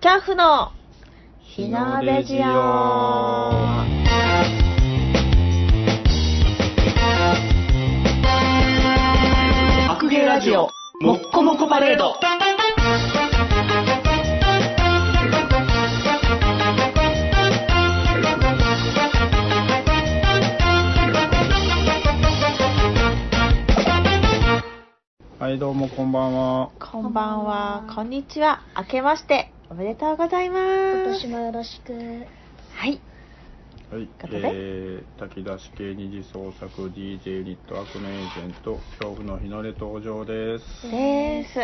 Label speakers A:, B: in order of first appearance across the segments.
A: キャフの火のレジオ。
B: 悪芸ラジオ、もっこもこパレード。
C: はい、どうもこんばんは。
A: こんばんは、こんにちは。明けまして、おめでとうございます。
D: 今年もよろしく。
A: はい。
C: はい
A: ということで
C: えー、炊き出し系二次創作 DJ ユニットアクメエージェント、恐怖の日の出登場です。
A: です。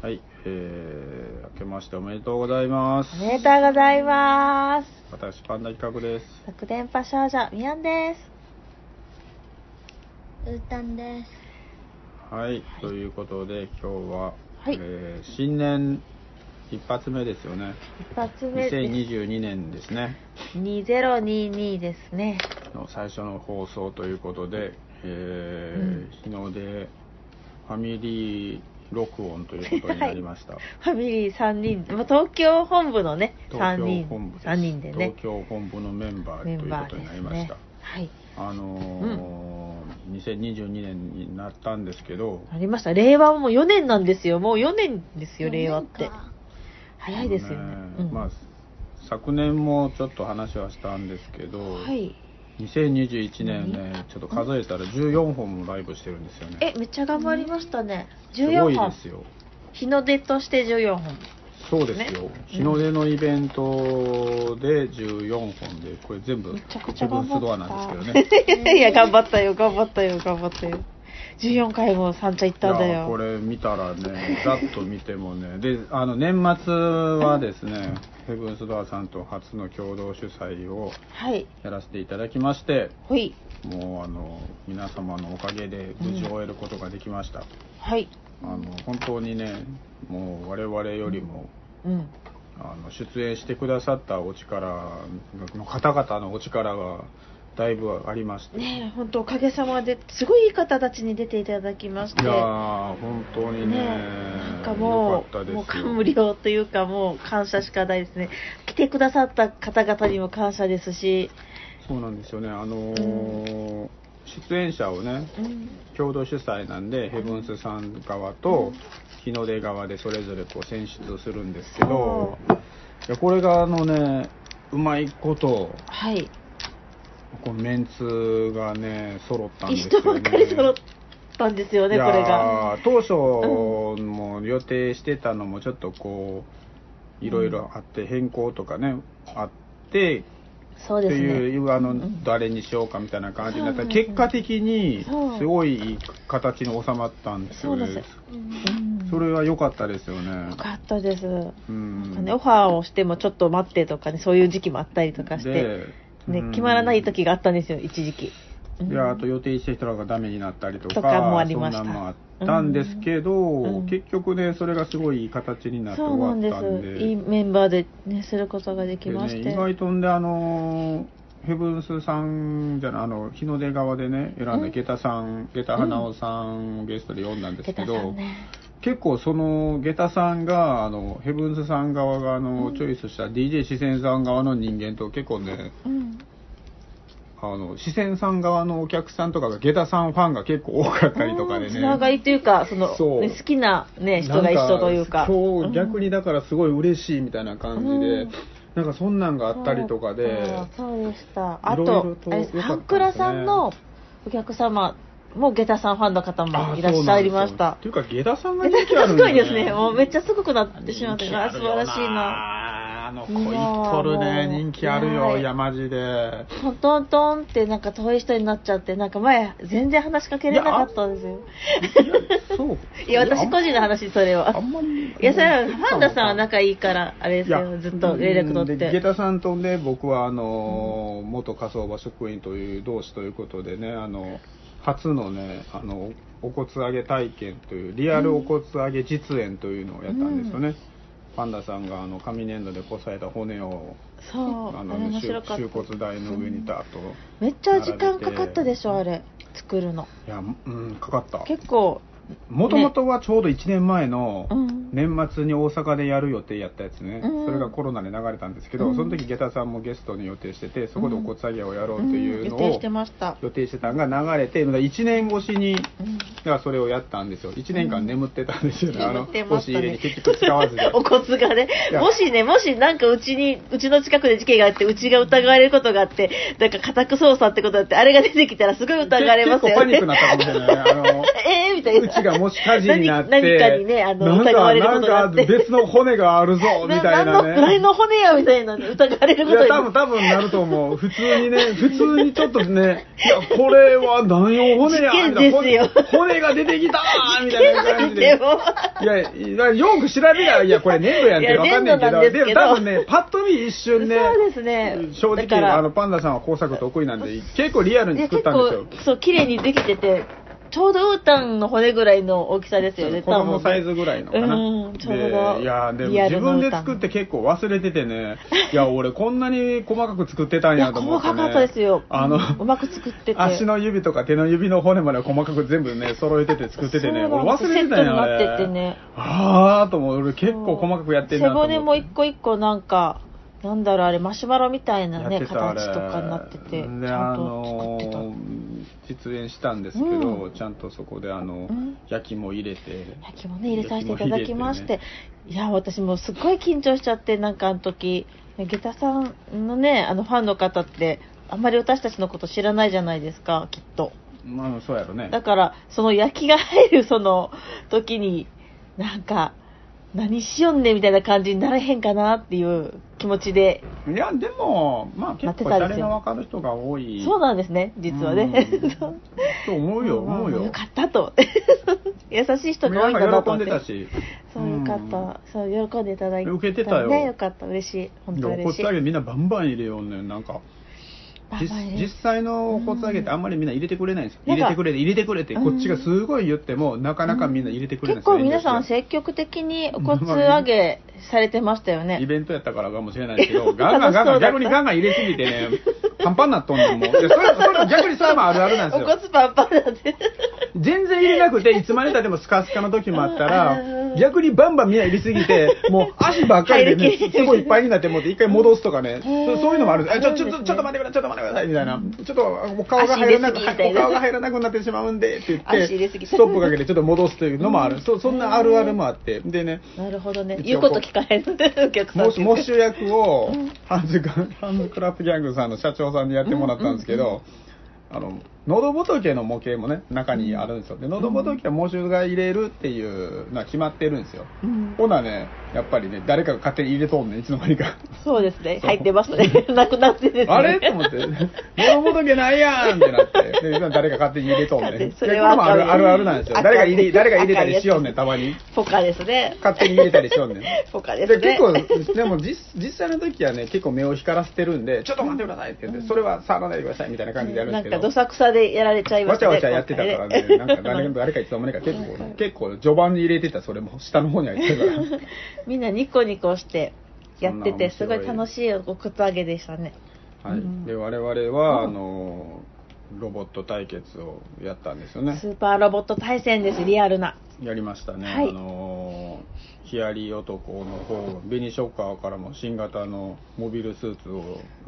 C: はい、えー、明けましておめでとうございます。
A: おめでとうございます。
C: 私、パンダ企画です。
A: 楽電波少女、みやんです。
D: うーたんです。
C: はい、ということで今日は、
A: はい
C: えー新年一発目ですよね。
A: 一発目で
C: 2022年ですね。
A: す。2022ですね。
C: の最初の放送ということで、えー日の出ファミリー録音ということになりました、
A: ファミリー3人、まあ東京本部のね、3
C: 東京
A: 人
C: 本部、す
A: 三人でね、
C: 東京本部のメンバー
A: メ
C: とい
A: ン
C: う
A: バ
C: こ
A: ー
C: と
A: で
C: になり
A: す
C: まし
A: ね
C: た、。
A: はい。
C: あのー2022年になったんですけど
A: ありました。令和ももう4年なんですよ。もう4年ですよ、令和って
D: 四年。か
A: 早いですよね。うん
C: まあ昨年もちょっと話はしたんですけど、
A: はい。
C: 2021年ねちょっと数えたら14本もライブしてるんですよね
A: え、めっちゃ頑張りましたね。
C: すご
A: 14
C: いで
A: 本。
C: すよ
A: 日の出として14本。
C: そうですよ、日の出のイベントで14本でこれ全部
A: めちゃくちゃ
C: 国
A: 頑張った
C: 分須ドアなんですけど ね
A: いや、頑張ったよ、頑張ったよ、頑張ったよ。14回も三茶行ったんだ
C: いやーこ
A: よ。
C: れ見たらね ざっと見てもねであの年末はですねヘブンス・ドアさんと初の共同主催を
A: はい。
C: やらせていただきまして
A: ほい。
C: もうあの皆様のおかげで無事終えることができました、
A: はい。
C: あの本当にねもう我々よりも、
A: うん。
C: あの出演してくださったお力の方々のお力がだいぶありまして、
A: ねえ、本当おかげさまで、すごいいい方たちに出ていただきまして。
C: いやー本当にね
A: ねえなんかも
C: よかった
A: う、
C: ですよ
A: もう感無量というか、もう感謝しかないですね。来てくださった方々にも感謝ですし、
C: そうなんですよねあのー出演者をね
A: うん、
C: 共同主催なんで、ヘブンスさん側と日の出側でそれぞれこう選出するんですけどいやこれがあのねうまいこと
A: はい、
C: このメンツがね揃ったんです
A: 人
C: よ
A: ばっ
C: ね
A: かり揃ったんですよね、
C: い
A: こ
C: や
A: れが。
C: ー当初も予定してたのもちょっとこういろいろあって変更とかねあって
A: そう
C: って
A: ですね。
C: いうあの誰にしようかみたいな感じになったら結果的に
A: そう
C: すごいいい形に収まったんです
A: そう
C: よね
A: です
D: うん
A: うん
C: それは良かったですよね
A: よかったです。
C: う
A: なん
C: ん
A: かね、オファーをしてもちょっと待ってとかね、そういう時期もあったりとかして、
C: で
A: ね
C: う、ん
A: 決まらない時があったんですよ、一時期。うん
C: いやあと予定してたのがダメになったりとか
A: とかもありました
C: そんなんもあったんですけど、
A: ん
C: 結局ねそれがすごいいい形になって
A: そう
C: 終
A: な
C: わ
A: ん
C: っ
A: です
C: たんで。
A: いいメンバーでね、することができ
C: で
A: まして。
C: ね、意外とんであのーヘブンスさんじゃないあの日の出側でね選んだ下駄さん下駄花尾さんをゲストで呼んだんですけ
A: 桁
C: ど、
A: さんね。
C: 結構その下駄さんがあのヘブンスさん側があの、チョイスした DJ 四川さん側の人間と結構ね
A: うん。
C: あの四川さん側のお客さんとかが下駄さんファンが結構多かったりとかで
A: つ
C: ね
A: ながりというか、その、
C: そう
A: ね好きな、ね、人が一緒というか。
C: そう
A: うん
C: 逆にだからすごい嬉しいみたいな感じで、
A: うん
C: なんかそんなんがあったりとかで。
A: そうそうでしたあ
C: いろいろ
A: と
C: と
A: あれです
C: 良か
A: ハ
C: ったですね
A: ンクラさんのお客様も下駄さんファンの方もいらっしゃいました
C: というか、下駄さんが
A: 下駄
C: 人気
A: さ
C: あ
A: ん
C: る
A: すご
C: んだ
A: い
C: ね
A: ですね もうめっちゃすごくなってしまって
C: 人気
A: あ
C: あ
A: 素
C: る
A: 晴
C: よ
A: らしいな
C: な。あの子、いっとるね。
A: いやー
C: 人気ある
A: も
C: よ。
A: う
C: いや、マジで。
A: トントントンってなんか遠い人になっちゃってなんか前全然話しかけれなかったんですよ
C: そう。
A: いや私個人の話それ
C: あ
A: は
C: んまり。
A: いやそれはファンダさんは仲いいからあれです
C: いや
A: よずっと連絡取っ
C: で下
A: て
C: 駄さんとね、僕は、あのー、元火葬場職員という同志ということでね、あの、初のね、あの、お骨上げ体験という、リアルお骨上げ実演というのをやったんですよね。パンダさんが、あの、紙粘土でこさえた骨を、
A: そう
C: あ
A: あれ
C: の、
A: 面
C: 収
A: 白かっ
C: 収
A: た
C: 骨台の上にダーッと。
A: めっちゃ時間かかったでしょあれ作るの
C: いや、うん、かかった。
A: 結構
C: もともとはちょうど1年前の
A: うん
C: 年末に大阪でやる予定やったやつね、
A: うん
C: それがコロナで流れたんですけど、
A: うん
C: その時下駄さんもゲストに予定しててそこでお骨上げをやろうというのを、
A: ん予定してました。
C: 予定してたのが流れて1年越し
A: う
C: に
A: ん
C: だからそれをやったんですよ1年間眠ってたんですよね、あの
A: 眠ってま
C: 押し
A: した
C: 入れに
A: ね
C: 結局使わずで
A: お骨がね
C: いや、
A: もしね、もしなんかうちに、うちの近くで事件があって、うちが疑われることがあって、なんか家宅捜査ってことだって、あれが出てきたらすごい疑われますよね。
C: 結構パニックになったかもしれない ね
A: ええみたいな。
C: うちがもし火事になって
A: 何何かにね、あ
C: な
A: の、
C: んか
A: 疑われることがあって。
C: なんか別の骨があるぞみたい
A: 何
C: な
A: の位
C: ね
A: の骨やみたいなね、疑われる
C: い
A: こと
C: や
A: に
C: 多分多分なる と思う普通にね普通にちょっとねいやこれは何用骨や
A: 事件
C: みたいな
A: ですよ
C: 骨骨が出てきたみたいな感じ
A: で
C: で
A: も、
C: いや、いやよく調べりゃ、いや、これ粘土やんってわかんねんけど、
A: いや粘土なんで
C: です
A: けど
C: も多分ね、パッと見一瞬ね、
A: そうですね
C: 正
A: だか
C: 直、
A: ら
C: あの、パンダさんは工作得意なんで、結構リアル
A: い
C: に
A: や
C: 作っ
A: 結
C: たんです
A: 構
C: よ。、
A: そう、綺麗にできてて、ちょうどウータンの骨ぐらいの大きさですよね、
C: 子供サイズぐらいのかな。
A: うんちょうど
C: でいや、でも
A: リア
C: 自
A: ルの
C: 分で作って結構忘れててね、いや、俺こんなに細かく作ってたん
A: いや、
C: やと思
A: 細
C: って、ね。
A: かかったですよ。
C: あの、
A: うまく作ってて。
C: 足の指とか手の指の骨まで細かく全部ね、揃えてて作っててね、
A: そう
C: 俺
A: なんです
C: 忘れてたん
A: セット
C: や
A: になっててね。
C: あーと思う、俺結構細かくやってんなと思って。
A: 背骨も一個一個なんか、なんだろうあれ、マシュマロみたいなね、
C: やっ
A: 形
C: て
A: と
C: たあれ
A: かになってて、ちゃん
C: であ
A: と
C: の
A: 作ってた。
C: 実演したんですけど、
A: うん
C: ちゃんとそこであの、
A: うん
C: 焼きも入れて
A: 焼きもね、入れさせていただきまして、
C: 焼
A: いや、私もうすっごい緊張しちゃって、なんかあの時、下駄さんのね、あのファンの方って、あんまり私たちのこと知らないじゃないですか、きっと。
C: まあそうやろね
A: だから、その焼きが入るその時に、なんか、何しよんねみたいな感じになれへんかなっていう気持ちで、
C: いやでもまあ結構
A: なってたんで
C: 誰
A: すよ
C: がわかる人が多い
A: そうなんですね、実はね。
C: うんと思 うよ思うよ
A: よかったと。 優しい人が多いんだ
C: な
A: なん
C: か
A: と思っ
C: 喜んで
A: て。
C: たし
A: そう、よかった。そう、喜んでいただいて、
C: 受けてたよ
A: ね、よかった。嬉しい。本当
C: お
A: 嬉しい
C: 骨。上げみんなバンバン入れようねなんか
A: バ
C: 実
A: ンバン入れ
C: 実際のお骨上げってあんまりみんな入れてくれないんですよ
A: なん
C: 入
A: か
C: れてくれて入れてくれて
A: うん
C: こっちがすごい言ってもなかなかみんな入れてくれない
A: 結構皆さん
C: せ
A: 積極的にお骨上げされてましたよ
C: イ
A: ね。
C: ベントやっ たからかもしれないですけど、ガンガンガンガン、逆にガンガン入れすぎてね、パンパンなっとんねん、もう。いやそれ、それ、逆にそれもあるあるなん
A: お
C: ですよ。
A: 骨パンパンなんで。
C: 全然入れなくて、いつまでたってもスカスカの時もあっ た
A: う
C: ら、
A: ん
C: 逆にバンバンみんな入れすぎて、もう足ばっかりでね
A: 入る、気
C: すごいいっぱいになってもうて、一回戻すとかね、そ
A: へー
C: うそういうのもあるんです。あちょ、ちょ、
A: そ
C: ち
A: う
C: ょ
A: ですね
C: ちょっと待ってください、ちょっと待ってください、みたいな。ちょっと、お顔が入らなく、
A: 足入れすぎみたい
C: お
A: な
C: 顔が入らなくなってしまうんで、って言っ
A: 足入れす
C: て、
A: ぎ
C: ストップかけてちょっと戻すというのもある。そそんなあるあるもあって。でね、
A: なるほどね。言
C: 一応
A: う
C: こう
A: こと聞かないので、お客さん
C: も
A: っ。
C: してもし役をハンズガハンズクラップギャングさんの社長さんでやってもらったんですけど、あの喉仏の模型もね中にあるんですよで喉仏は喪主が入れるっていうのは決まってるんですよ、
A: うん
C: ほなねやっぱりね誰かが勝手に入れとんねんいつの間にか
A: そうですね。
C: そう
A: 入ってますね。 なくなってですね。
C: あれと思って喉仏ないやんってなってで誰か勝手に入れとんねん
A: 勝手に
C: で
A: そ
C: こ
A: れ
C: れ
A: は
C: もあるあるあるなんですよ誰が入
A: あか
C: れ
A: ん
C: 誰が入れたりしようねんた まに
A: ポカですね。
C: 勝手に入れたりしようねん
A: ポカですね。
C: で結構、でも実実際の時はね、結構目を光らせてるんで、ちょっと待ってくださいって言って、それは触らないでくださいみたいな感じでやるん
A: な
C: です
A: ん
C: け
A: か
C: ど、
A: どさくさでやられちゃいま
C: わ
A: し
C: ち
A: た
C: ゃわちゃやってたからね、なんか誰か誰かいつの間にか結構、結構序盤に入れてた、それも下の方に入ってたから。
A: みんなニコニコしてやってて、
C: そ
A: す
C: ん
A: ご
C: な面白い
A: い楽しいお靴上げでしたね。
C: はい、で我々は、あのロボット対決をやったんですよね
A: スーパーロボット対戦です、リアルな。
C: やりましたね、
A: はい
C: あのヒアリ男の方紅ショッカーからも新型のモビルスーツを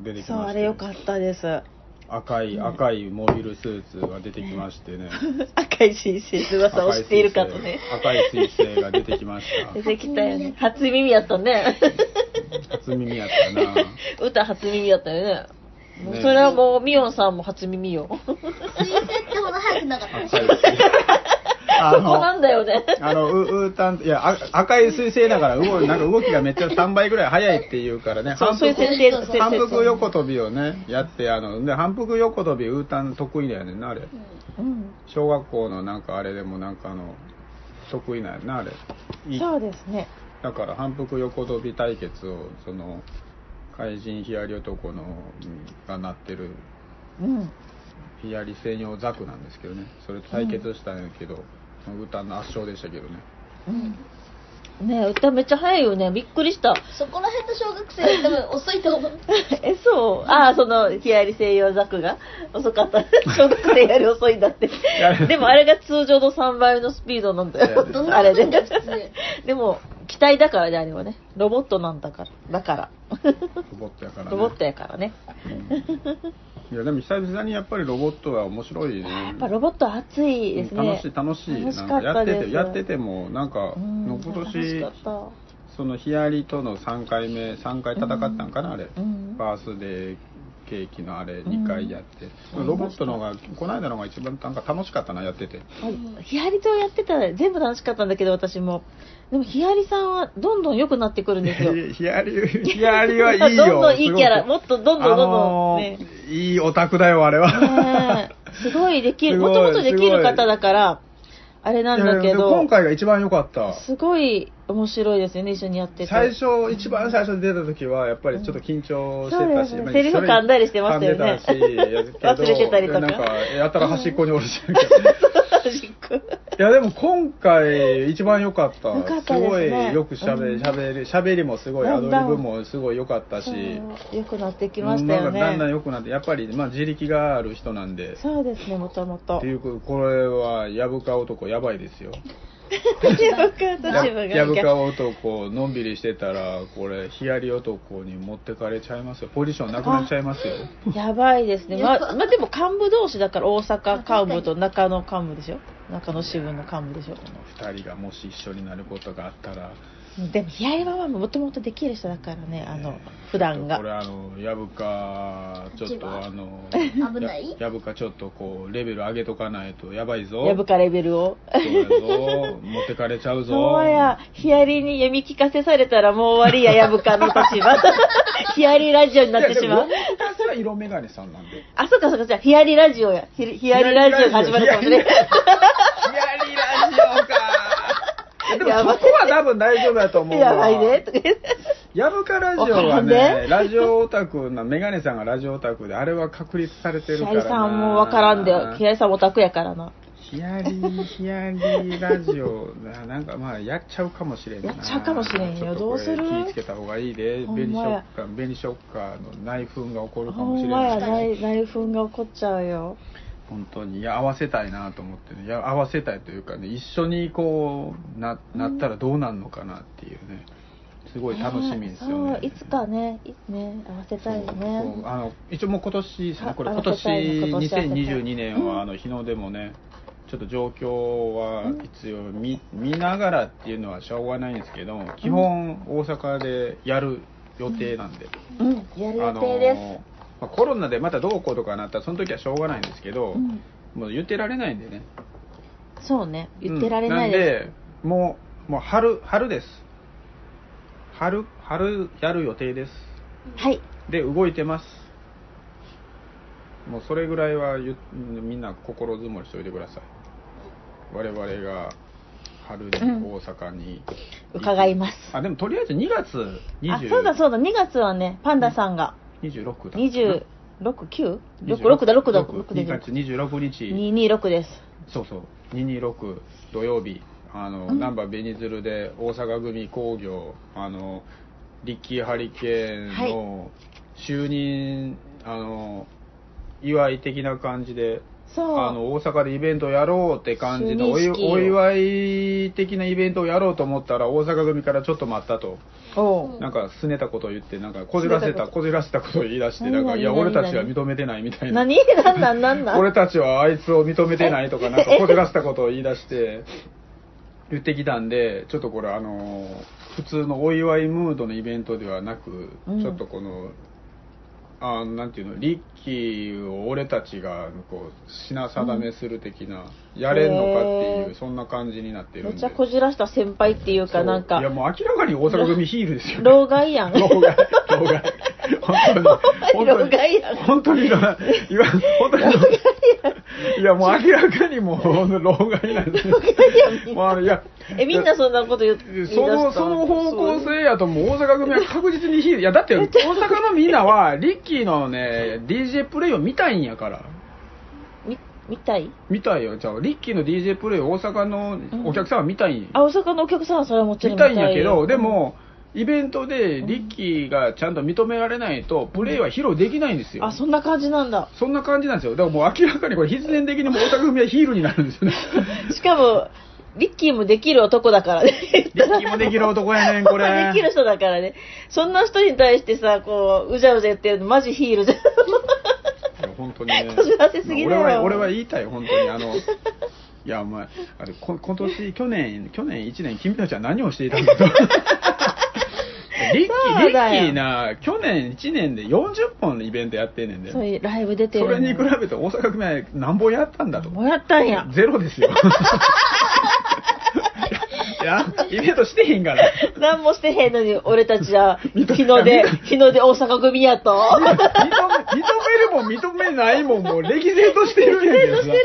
C: 出てきました
A: そう、あれよかったです。
C: 赤い、赤いモビルスーツが出てきましてね。
A: 赤い新星の 噂を知っているかとね。
C: 赤い彗星赤い彗星が出てきまし
A: 出てきたよね。初耳やったね。
C: た。初耳やったな。
A: 歌初耳やったよね。もう
C: ね
A: それはもう、ミヨンさんも初耳よ。こ
D: 言ってほど早くなかった。
C: 赤い彗星。あ
A: こな
C: の、
A: んだよね。
C: あの、う、うーたん、いや、あ赤い彗星だから、動いなんか動きがめっちゃ3倍ぐらい速いっていうからね、
A: そう
C: 反
A: そういう
C: 復、
A: 設定設定
C: 反復横跳びをね、やって、あの、で、反復横跳び、うーたん得意だよねんな、あれ。
A: うん
C: 小学校のなんかあれでもなんかあの、得意なんやな、あれ。いい
A: そうですね。
C: だから反復横跳び対決をその怪人ヒアリ男のうんがなってる
A: うん。
C: ヒアリ専用ザクなんですけどねそれと対決したんやけど、歌の圧勝でしたけどね
A: うん。ねえ歌めっちゃ早いよね。びっくり した。
D: そこら辺の小学生は多分遅いと思う。
A: え、そう。ああ、その、ヒアリ西洋ザクが遅か った。小学生より遅いんだって
C: や。
A: でもあれが通常の3倍のスピードなんだよ
C: そうや。
A: あれで
D: どんなもんだよ普 通。
A: でも、機体だからであればね。ロボットなんだから。だ から。
C: ロボットやから、ね、
A: ロボットやからね。
C: いやでも久々にやっぱりロボットは面白いね
A: やっぱロボット熱いです
C: うん
A: ね。
C: 楽しい楽しい
A: 楽しか
C: な
A: っ
C: んかや
A: た
C: って
A: です。
C: てやっててもなんか、
A: うん
C: の今年
A: 楽しかっ
C: そのヒアリとの3回目3回戦ったんかな、あれ、
A: うん
C: バースデーケーキのあれ
A: うん
C: 2回やって、ロボットの方がこの間の方が一番なんか楽しかったなやってて
A: たあヒアリとやってたら全部楽しかったんだけど、私も。でもヒアリさんはどんどん良くなってくるんですよ。
C: ヒアリヒアリはいい よ
A: どんどんいいキャラ
C: すごく
A: もっとどんどんどんどんね
C: あのーいいオタクだよあれは、
A: ねえすごいできる、
C: す
A: も
C: ごい
A: ともとできる方だから、あれなんだ
C: いや
A: け
C: でも
A: ど
C: 今、回が一番良かった
A: すごい面白いですよね、一緒にやってて。
C: 最初一番最初に出た時はやっぱりちょっと緊張してたし、
A: そうですね
C: まあ
A: セリフ噛んだりしてましたよね
C: 噛んでたしやけ
A: 忘
C: ど
A: れてたりとか
C: なんかやたら端っこにおるし、いやでも今回一番良かった
A: 良かっ
C: す
A: たですね
C: ごいよくしゃべ,、
A: うん
C: しゃべりしゃべりもすごい
A: だ
C: ア
A: ん
C: ド
A: だん
C: リブもすごい良かったし
A: そう良くなってきました
C: な
A: よ
C: んかだんだん
A: ね。
C: 良くなってやっぱり、まあ、自力がある人なんで
A: そうですね、もともと
C: って。 いうことこれはやぶか男やばいですよ
A: 自分からと自分が。
C: やぶか男のんびりしてたらこれヒヤリ男に持ってかれちゃいますよポジションなくなっちゃいますよ
A: やばいですね。ま、まあ、でも幹部同士だから大阪幹部と中野幹部でしょ中野支部の幹部でしょ
C: 2人がもし一緒になることがあったら
A: でも、ヒアリママももともとできる人だからね、あの、普段
C: これ
A: が。
C: あのやぶかちょっ
D: こっち
C: と
D: は
C: あの
D: 危ない
C: ややぶかちょっとこうレベル上げとかないとやばいぞ
A: やぶかレベルを。
C: そうやぞ持ってかれちゃうぞ
A: そうや、ヒアリに読み聞かせされたらもう終わりや、 やぶかの立場。 ヒアリラジオになってしまう
C: い。やでも私は色眼鏡さんなんで
A: あ、そっかそっか、じゃあ、ヒアリラジオや。ヒヒアリラジオが始まるかもしれない。
C: やりラジオか。でも
A: やばい
C: そこは多分大丈夫だと思うわ
A: やばいね、とか言って。
C: やぶかラジオは
A: わからんで
C: ね、ラジオオタクな、メガネさんがラジオオタクで、あれは確立されてる
A: ヒ
C: か
A: ア
C: らな。
A: リさんもわからんでよ。ヒアリさんもオタクやからな。
C: ヒヤリ、ヒヤリラジオ、ななんかまあ、やっちゃうかもしれんな。
A: やっちゃうかもしれんよ
C: ちょっと
A: どうする
C: これ気ぃつけた方がいいで、
A: ほん
C: 紅シ
A: ま
C: ョ
A: や
C: ッカー、紅ショッカーの内紛が起こるか
A: ほ
C: もしれ
A: んま
C: な
A: や、
C: い。
A: 内内紛が起こっちゃうよ。
C: 本当にいや合わせたいなと思ってねいや合わせたいというかね一緒にこうななったらどうなるのかなっていうねすごい楽しみですよね
A: ね、そう、いつかね、いね、合わせたいよ
C: そうそう
A: ね。
C: あの一応もう今年ですね
A: あ
C: これ
A: 合
C: 今
A: わせ
C: 年
A: たいね今年合わせたい
C: 2022年はあの日の出もねちょっと状況は一応見見ながらっていうのはしょうがないんですけど基本大阪でやる予定なんで、
A: うん、やる
C: あ
A: 予
C: の
A: 定です。
C: まあ、コロナでまたどうこうとかなったらその時はしょうがないんですけど、
A: うん
C: もう言ってられないんでね
A: そうね、言ってられないです。
C: うんなんでもうもう春春です春春やる予定です
A: はい。
C: で動いてますもうそれぐらいはゆみんな心づもりしておいてください我々が春に
A: うん
C: 大阪に、
A: 伺います
C: あでもとりあえず2月
A: あ、そうだ
C: 20
A: そうだ、2月はね、パンダさんが、
C: 26だ
A: 26、9?6、6だ、6だ、
C: 6
A: 6
C: 2
A: です
C: 月。26日
A: 226です。
C: そうそう226土曜日あの、
A: うん
C: 難波ベニズルで大阪組工業あのリッキーハリケーンの就任、あの祝い的な感じで
A: そう。
C: あの大阪でイベントやろうって感じのお
A: 就
C: い
A: 任式を
C: お祝い的なイベントをやろうと思ったら大阪組からちょっと待ったと
A: おう
D: うん
C: なんかすねたことを言ってなんかこじらせ
A: すねた
C: た
A: こと
C: こじらせたことを言い出してなんか
A: 何
C: いや
A: 何
C: 俺たちは認めてないみたいな
A: 何なんなんなんなん
C: 俺たちはあいつを認めてないとか、なんかこじらせたことを言い出して、言ってきたんで、ちょっとこれ、あのー、普通のお祝いムードのイベントではなく、
A: うん
C: ちょっとこの、あーなんていうの、リッキーを俺たちが、こう、品定めする的な、やれんのかって
A: へー
C: いう、そんな感じになってる
A: め
C: んで。
A: っちゃこじらした先輩っていう
C: そ
A: か、
C: う
A: なん
C: い
A: か
C: や、、もう明らかに大阪組ヒールですよ、ね。
A: 老害やん。
C: 老害、老害。本当
A: 老
C: に
A: 害やん
C: 本当に、本当に、いや本当に、いや、もう明らかにもう、老害なんですよ。もうあのいや、
A: え、みんなそんなこと言う言い出し
C: その、
A: た
C: その方向性やと、もう大阪組は確実にヒール。いや、だって、大阪のみんなは、リッキーのね、DJ プレイを見たいんやから。
A: み、見たい
C: 見たいよ、じゃあ、リッキーの DJ プレイを大阪のお客さんは見たいんや
A: あ、大阪のお客さんはそれはもちろん
C: 見たいんやけど、で
A: よ、
C: も、イベントでリッキーがちゃんと認められないと、プレーは披露できないんですよ。
A: あ、そんな感じなんだ。
C: そ んな感じなんですよ。だからもう明らかにこれ必然的にもうオタク組はヒールになるんですよね。
A: しかも、リッキーもできる男だからね。言った
C: リ
A: ら
C: ッキーもできる男やねん、これ。
A: できる人だからね。そんな人に対してさ、こう、うじゃうじゃ言ってるの、マジヒールじゃん。
C: いや本当にね。
A: こじらせすぎだよ
C: まあ俺は、俺は言いたい、本当に。あの、いや、お前、あれ、こ今年、去年、去年1年、金平ちゃん何をしていた んだと。リッキー、
A: そ
C: リ
A: うだよ
C: ッキーな、去年1年で40本イベントやってんねんで。
A: そう
C: そ
A: いうライブ出てるの。
C: れに比べて大阪組合何本やったんだと。
A: もやったんや。
C: ゼロですよ。 いや、イベントしてへんから。
A: 何もしてへんのに、俺たち は、
C: 認め
A: 日の出、日の出大阪組やと。
C: 認め認めるもん認めないもんもう歴然としてるやん
A: 歴然としてるよ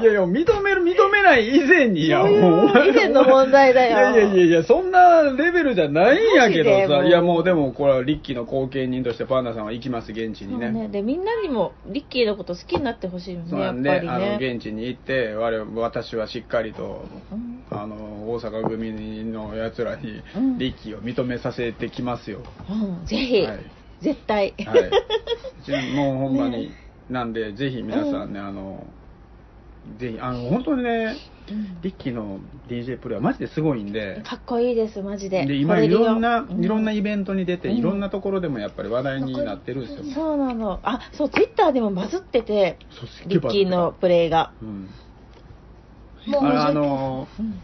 C: いやいや認める認めない以前にいや
A: そういう
C: もう
A: 以前の問題だよ
C: いやいやいやいやそんなレベルじゃないんやけど
A: マジでも
C: さ
A: う
C: いやもうでもこれはリッキーの後見人としてパンダさんは行きます現地に
A: そうね、でみんなにもリッキーのこと好きになってほしいよ
C: そう
A: ね、や
C: な
A: っ
C: ん
A: ぱ
C: で、
A: り
C: あの
A: ね。
C: 現地に行って我々私はしっかりと
A: うん
C: あの大阪組のやつらに
A: うん
C: リッキーを認めさせてきますよ、
A: うん、ぜひ、
C: はい
A: 絶対。
C: はい。ちなもうほんまに、
A: ね
C: なんで、ぜひ皆さんね、あの、ぜひ、あの、本当にね、
A: うん
C: リッキーの DJ プレイはマジですごいんで、
A: かっこいいです、マジで。
C: で今
A: 惚れ
C: い
A: るよ
C: ろんな、
A: う
C: いろんなイベントに出て、
A: うん
C: いろんなところでもやっぱり話題になってるんですよ。
A: そうなの。あ、そう、ツイッターでもバズってて、
C: そうすっげえ
A: リ
C: バ
A: ッ
C: ズ
A: キ
C: っ
A: ー
C: た
A: のプレイが。
C: うん。
D: もう
C: あれあ
D: 面
C: の、
A: うん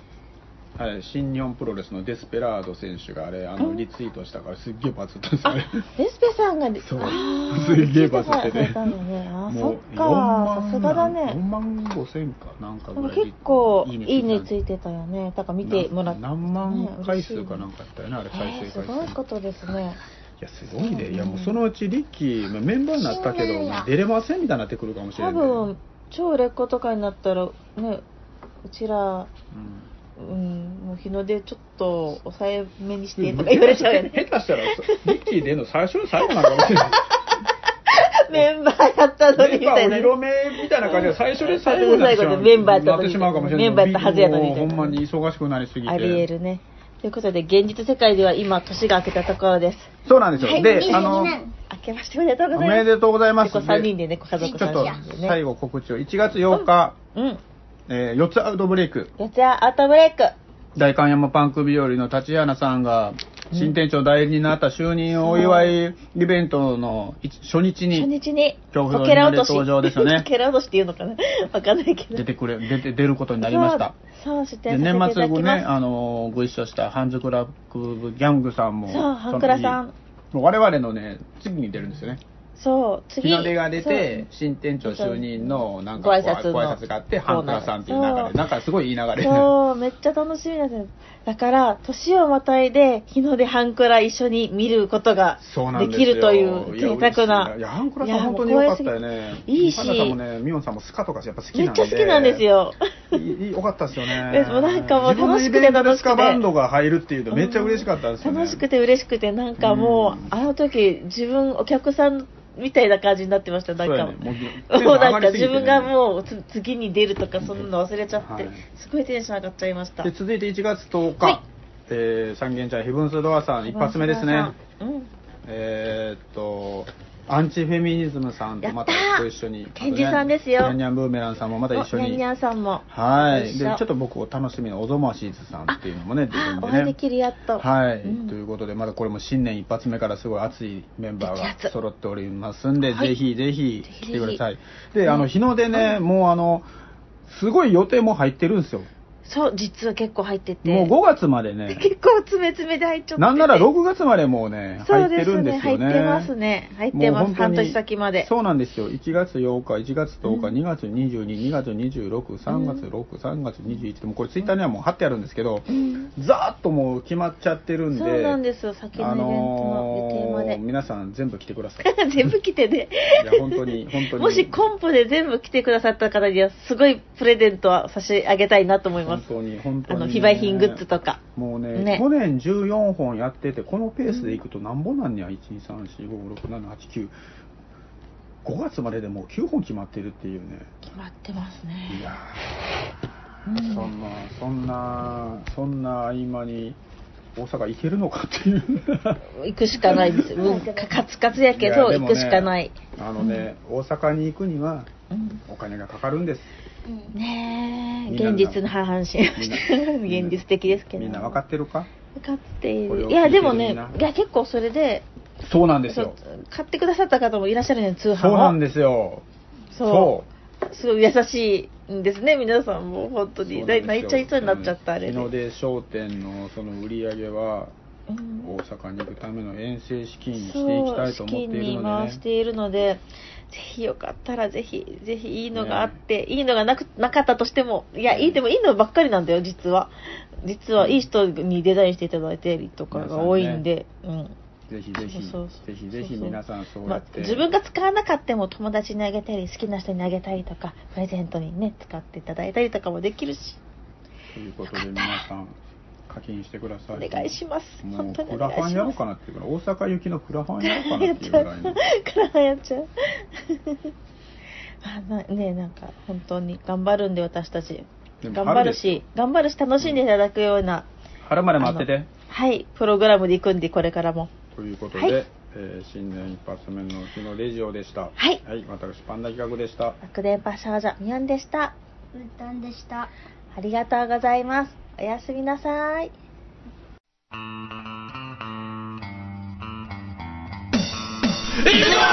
C: あれ新日本プロレスのデスペラード選手があれ、あ
A: う
C: の、
A: ん
C: リツイートしたからすっげえバズったんですよ
A: あ
C: あれ。、
A: デスペさんが、
C: そう
A: あー
C: すっげえバズってて
A: ツイートされたのね。あー、そっ
C: 4
A: か
C: 万、
A: さすがだ
C: 4
A: ね。
C: 万5千かなんか
A: で
C: ぐ
A: も
C: らいで
A: 結構、いいね
C: つ
A: ついてたよね。だから見てもらって。
C: な何万回数かなんかやったよね、あれ
A: え
C: 再
A: ー
C: 生
A: す
C: 回数、
A: ごいことですね。
C: いやすごいねいやもうそのうちリッキーまあメンバーになったけどまあ出れませんみたいになってくるかもしれ
A: 多
C: ない、
A: 分、超売れっ子とかになったら、ね、うちら、
C: うん
A: うん、もう日の出ちょっと抑えめにしてとか言われちゃうよね。
C: 下手したらリッキー出るの最初で最後なのかもしれない
A: メンバーやったのに
C: メ
A: み
C: ンバ
A: た
C: ー
A: い
C: お
A: な
C: 披。露目みたいな感じで最初で最後になってしま
A: 最
C: う
A: 後でメンバーやった
C: な
A: のに
C: ってしまうかもしれない
A: メンバーやったはずやのに
C: もうほんまに忙しくなりすぎて
A: あり得るね。ということで、現実世界では今、年が明けたところです。
C: そうなんですよ、
D: 白い。
C: であの
D: 2022
A: 明けましておめでとうござ
C: お
A: います。
C: めでとうございます
A: 結構3人でね、ご家族
C: ちょっ
A: 3
C: と
A: 人でね。
C: 最後告知を1月8日、
A: うん。
C: えー、4つアウトブレイク
A: 四谷アウトブレイク。
C: 大観山パンク日和の立花さんが新店長代理になった就任お祝いイベントの一初日
A: 初
C: に
A: 日に、
C: 恐怖
A: こけら落とし。
C: 登場ですよね
A: こけら落としっていうのかなわかんないけど。
C: 出てくれ出て出ることになりました。
A: そう、そう出
C: で
A: 演させていた
C: 年
A: だきます。
C: 末ね、あのーご一緒したハンズクラブギャングさんも
A: そう、半倉さん。
C: その日我々のね次に出るんですよね
A: そう、次。
C: 日の出が出て新店長就任のなんか
A: ご挨
C: こう
A: 拶の
C: ご挨拶があって
A: コー
C: 半
A: ナー
C: 倉さんっていう流れなんかすごいいい流れ
A: そう、めっちゃ楽しみなんですよ。だから、年をまたいで、日の出半クラ一緒に見ることが
C: そうな
A: で
C: んです
A: き
C: よ
A: るという
C: や
A: 贅沢
C: 嬉しい。
A: ない
C: や、ハンクラさん本当に良かったよ
A: い
C: ね。
A: やもう光栄すぎいいし
C: ハンナさんもね、ミオンさんもスカとかやっぱ好き
A: め
C: な
A: っ
C: ん
A: ち
C: で。
A: ゃ好きなんです。よ。
C: いい、良かったですよね。
A: えもうなんかもう楽しくて
C: 自分のイベントで
A: 楽しくて
C: スカバンドが入るっていうのめっちゃ嬉しかったですよね。
A: 楽しくて嬉しくて、なんかも
C: うん
A: う、あの時、自分、お客さんみたいな感じになってました、なん
C: そう
A: か。
C: やねもうテンション
A: もうな
C: 上が
A: んか
C: りすぎて
A: 自
C: ね
A: 分がもうつ次に出るとかそんなの忘れちゃって、
C: はい
A: すごいテンション上がっちゃいました
C: で、。続いて1月10日。
A: はい
C: えー、三軒茶屋ヘブンスドアさん一発目ですね。
A: うん。
C: えーっと、アンチフェミニズムさんとまた
A: やったー
C: ご一緒に。
A: ケンジさんですよ
C: あとねニャンニャンブーメランさんもまた一緒
A: おニャン
C: に
A: ニ。ャンさんも。
C: はい。
A: 一
C: で、ち
A: 緒
C: ょっと僕お楽しみのオゾマシーズさんっていうのもね、出る
A: あ
C: ん
A: お
C: で
A: 会
C: ね。
A: いできるやっと。
C: はい、
A: うん
C: ということで、まだこれも新年一発目からすごい熱いメンバー
A: 熱
C: が
A: 々
C: 揃っておりますんで、
A: はい
C: ぜひ
A: ぜ
C: ぜひ
A: ひ
C: 来てください。で、あの、日の出ね、もうあの、すごい予定も入ってるんですよ。
A: そう、実は結構入ってて。
C: もう5月ま でね、
A: 結構詰め詰めで入っちゃってて。
C: なんなら6月までもうね、入
A: そう
C: って
A: です
C: るん
A: ね。
C: ですよ
A: 入
C: ね。
A: ってますね。入ってま
C: も
A: す。
C: う本
A: 半
C: 当に
A: 年先まで。
C: そうなんですよ。1月8日、1月10日、
A: うん
C: 2月22、2月26、3月6、3月21でもこれツイッターにはもう貼ってあるんですけど、
A: うん
C: ざーっともう決まっちゃってるんで、
A: そうなんですよ。先のイベントの予定まで。
C: あのー皆さん全部来てくだ さい。
A: 全部来てね。
C: いや本当に本当に
A: もしコンプで全部来てくださった方には、すごいプレゼントは差し上げたいなと思いま
C: 本
A: す。
C: 当に本当
A: あ
C: にね、
A: の、非売品グッズとか。
C: もうね
A: ね
C: 去年14本やっててこのペースでいくと何本なんにゃ1 2 3 4 5 6 7 8 9 5月まででもう9本決まってるっていうね
A: 決まってます
C: い
A: ね。
C: や
A: うん
C: ーそんなそんなそんな合間に大阪行けるのかっていう
A: 行くしかない です。うん、かカツカツやけど、
C: やで
A: 行
C: も
A: く
C: ね
A: しかない。
C: あのね、大阪に行くには
A: うん
C: お金がかかるんです
D: うん
A: ねえ
C: みんな
A: 現実の半身
C: みんな
A: 現実的ですけど
C: みんな分かってるか
A: 分かってい
C: これ
A: る
C: を聞い
A: い
C: てる
A: やでもね
C: みんない
A: や結構それで
C: そうなんですよ
A: そう買ってくださった方もいらっしゃるね通販を
C: そうなんですよ
A: そうすごい優しいんですね皆さんも本当
C: そう
A: に
C: なんですよ
A: 泣いちゃいそうになっちゃったあれ
C: う
A: で
C: ん日の出商店のその売り上げは
A: うん
C: 大阪に行くための遠征資金にしていきたいと思っている
A: そう資金に
C: ので
A: 回
C: ね
A: しているのでぜひよかったらぜひぜひいいのがあって、いいのがなくなかったとしてもいやいいでもいいのばっかりなんだよ実は実はいい人にデザインしていただいたりとかが多いんで、うん
C: ぜひぜひ
A: そうそう
C: ぜひぜひ皆さんそうや
A: ま
C: っ
A: あ
C: て、
A: 自分が使わなかっても友達にあげたり好きな人にあげたりとかプレゼントにね使っていただいたりとかもできるし
C: ということで皆さん課金してくださ
A: お
C: い
A: 願いします
C: も
A: 本
C: う
A: 当に
C: ク
A: お
C: ラファ
A: 願い
C: ン
A: し
C: やろう
A: ます
C: かなっていうから大阪行きのクラファンやろうかな
A: や
C: っ
A: って
C: い
A: ち
C: うぐ
A: ゃう
C: らいの。
A: からやっちゃう。 あなねえなんか本当に頑張るんで私たち
C: でも
A: 頑張
C: 春
A: る
C: ですよ
A: し頑張るし楽しんでいただくような、
C: 春まで待って
A: あ
C: て
A: はいプログラムで行くんでこれからも
C: ということで、
A: はい
C: えー新年一発目の日のレジオでした
A: はい
C: 私パンダ企画でした
A: 楽電波少女みやんでした
D: うったんでした。
A: ありがとうございますおやすみなさい
B: 行くぞ